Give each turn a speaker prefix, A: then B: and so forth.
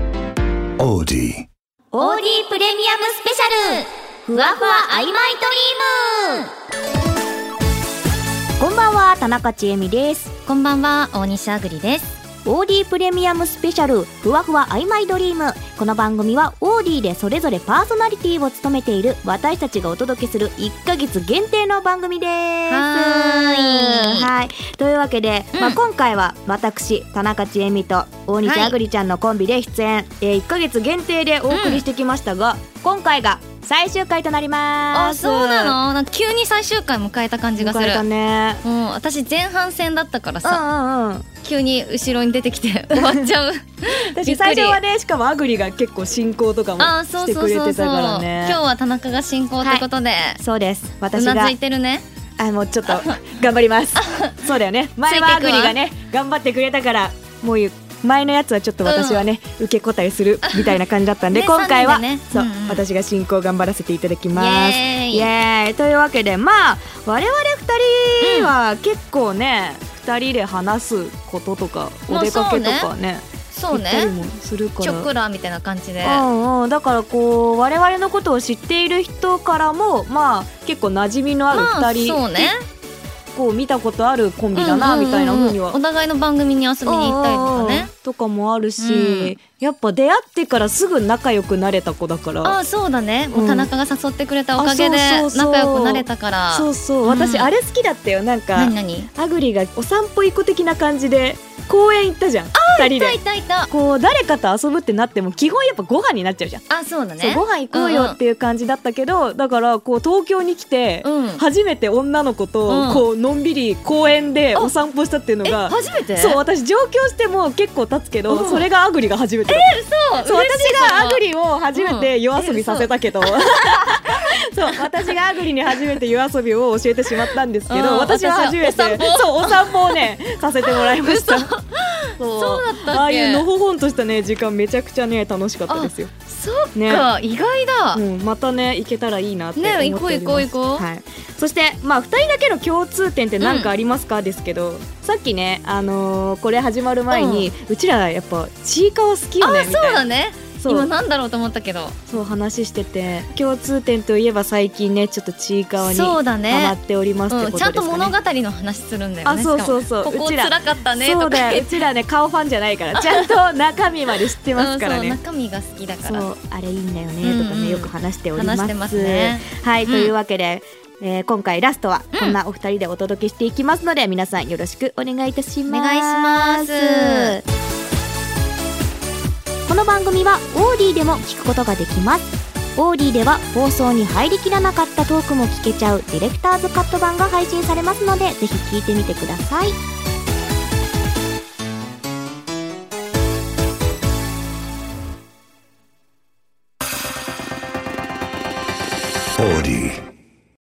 A: オーディ
B: OD プレミアムスペシャルふわふわ曖昧ドリーム
C: こんばんは田中千恵美です
B: こんばんは大西あぐりです
C: OD プレミアムスペシャルふわふわ曖昧ドリームこの番組は OD でそれぞれパーソナリティを務めている私たちがお届けする1ヶ月限定の番組です
B: はーい
C: はいというわけで、
B: うん
C: まあ、今回は私田中千恵美と大西あぐりちゃんのコンビで出演、え1ヶ月限定でお送りしてきましたが、今回が最終回となりま
B: あ
C: す
B: そうなのなんか急に最終回迎えた感じがす
C: 迎え
B: る
C: たね
B: もう私前半戦だったから
C: う
B: さ、
C: んうんうん
B: 急に後ろに出てきて 終わっちゃうび
C: 私
B: っくり
C: 最初はねしかもアグリが結構進行とかも
B: あーそ
C: し
B: う
C: て
B: そ
C: く
B: う
C: れ
B: そう
C: て
B: そう
C: たから
B: 今日
C: ね
B: は田中が進行ってことで、
C: そうです
B: う
C: 私
B: な
C: が
B: ずいてるね
C: あもう ちょっと頑張りますそうだよね前はアグリがね頑張ってくれたからもう前のやつはちょっと私はね、受け答えするみたいな感じだったんで、
B: ね
C: 今回は、
B: 三人でね
C: そう、
B: うんうん
C: 私が進行頑張らせていただき
B: イ
C: ます
B: エーイ
C: イエーイというわけでまあ我々二人は結構ね、二人で話すこととか
B: まあ
C: お出かけとかね,、
B: そう
C: 行ったり
B: ね
C: もするから
B: チョコラみたいな感じで
C: うんうん、だからこう我々のことを知っている人からもまあ結構馴染みのある
B: まあ
C: 2人、
B: そうね
C: こう見たことあるコンビだな
B: うんうんうん
C: みたいなふうには。
B: お互いの番組に遊びに行ったりとか
C: うんうん
B: ね
C: とかもあるし、
B: うん
C: やっぱ出会ってからすぐ仲良くなれた子だから
B: ああそうだねもう田中が誘ってくれたおかげで
C: あそうそうそう
B: 仲良くなれたから
C: そうそう、
B: うん
C: 私あれ好きだったよなんか
B: 何何い
C: アグリがお散歩行く的な感じで公園行ったじゃん2人
B: た
C: で
B: いたいた
C: こう誰かと遊ぶってなっても基本やっぱご飯になっちゃうじゃん、
B: あそう
C: そう
B: だね
C: ご飯行こうよっていう感じだったけど、だからこう東京に来て、
B: うん
C: 初めて女の子
B: うん
C: とこうのんびり公園でお散歩したっていうの
B: え
C: が、
B: 初めて
C: そう私上京してもう結構経つけど、
B: うん
C: それがアグリが初めてだった、
B: そう
C: そう
B: 嬉しい
C: 私がアグ
B: リ
C: リを初めて夜遊びさせた けど、そう私がアグリに初めて夜遊びを教えてしまったんですけど、
B: うん
C: 私は初めて
B: 私はお散歩
C: そうお散歩をねさせてもらいましたそう
B: そうだったっけ
C: ああいうのほほんとしたね時間めちゃくちゃね楽しかったですよ、
B: そう
C: ね
B: か意外だ
C: うん、またね行けたらいいなって思ってお
B: ね
C: り
B: 行
C: ます
B: こう行こう行こう
C: はい、そして、まあ、2人だけの共通点って何かありますか、ですけどさっきね、あのーこれ始まる前に、うちらやっぱちいかわ好きよ
B: あ
C: ね
B: そう
C: みたい
B: だ
C: な
B: ね
C: そう
B: 今なんだろうと思ったけど
C: そう話してて共通点といえば最近ねちょっとちいかわに
B: そう
C: ハ
B: だ
C: マ
B: ね
C: っておりますって
B: う
C: こと
B: ん
C: で
B: ち
C: す
B: ゃ
C: か、
B: ん
C: ね
B: と物語の話するんだよ
C: あ
B: ね
C: そうそう
B: し
C: そう
B: かもここ
C: うちら
B: 辛かったね
C: そ
B: と
C: う
B: か
C: だ
B: 言
C: よ
B: っ
C: うちらね顔ファンじゃないからちゃんと中身まで知ってますから
B: う
C: ね
B: んそう中身が好きだか
C: そ
B: ら
C: うあれいいんだよねとかね、
B: うんうん
C: よく話しております
B: 話してますね
C: はい、
B: うん
C: というわけで、えー今回ラストは
B: うん
C: こんなお二人でお届けしていきますので、皆さんよろしくお願いいたします
B: お願いし
C: この番組はオーディでも聞くことができますオーディでは放送に入りきらなかったトークも聞けちゃうディレクターズカット版が配信されますのでぜひ聞いてみてください
A: オーディ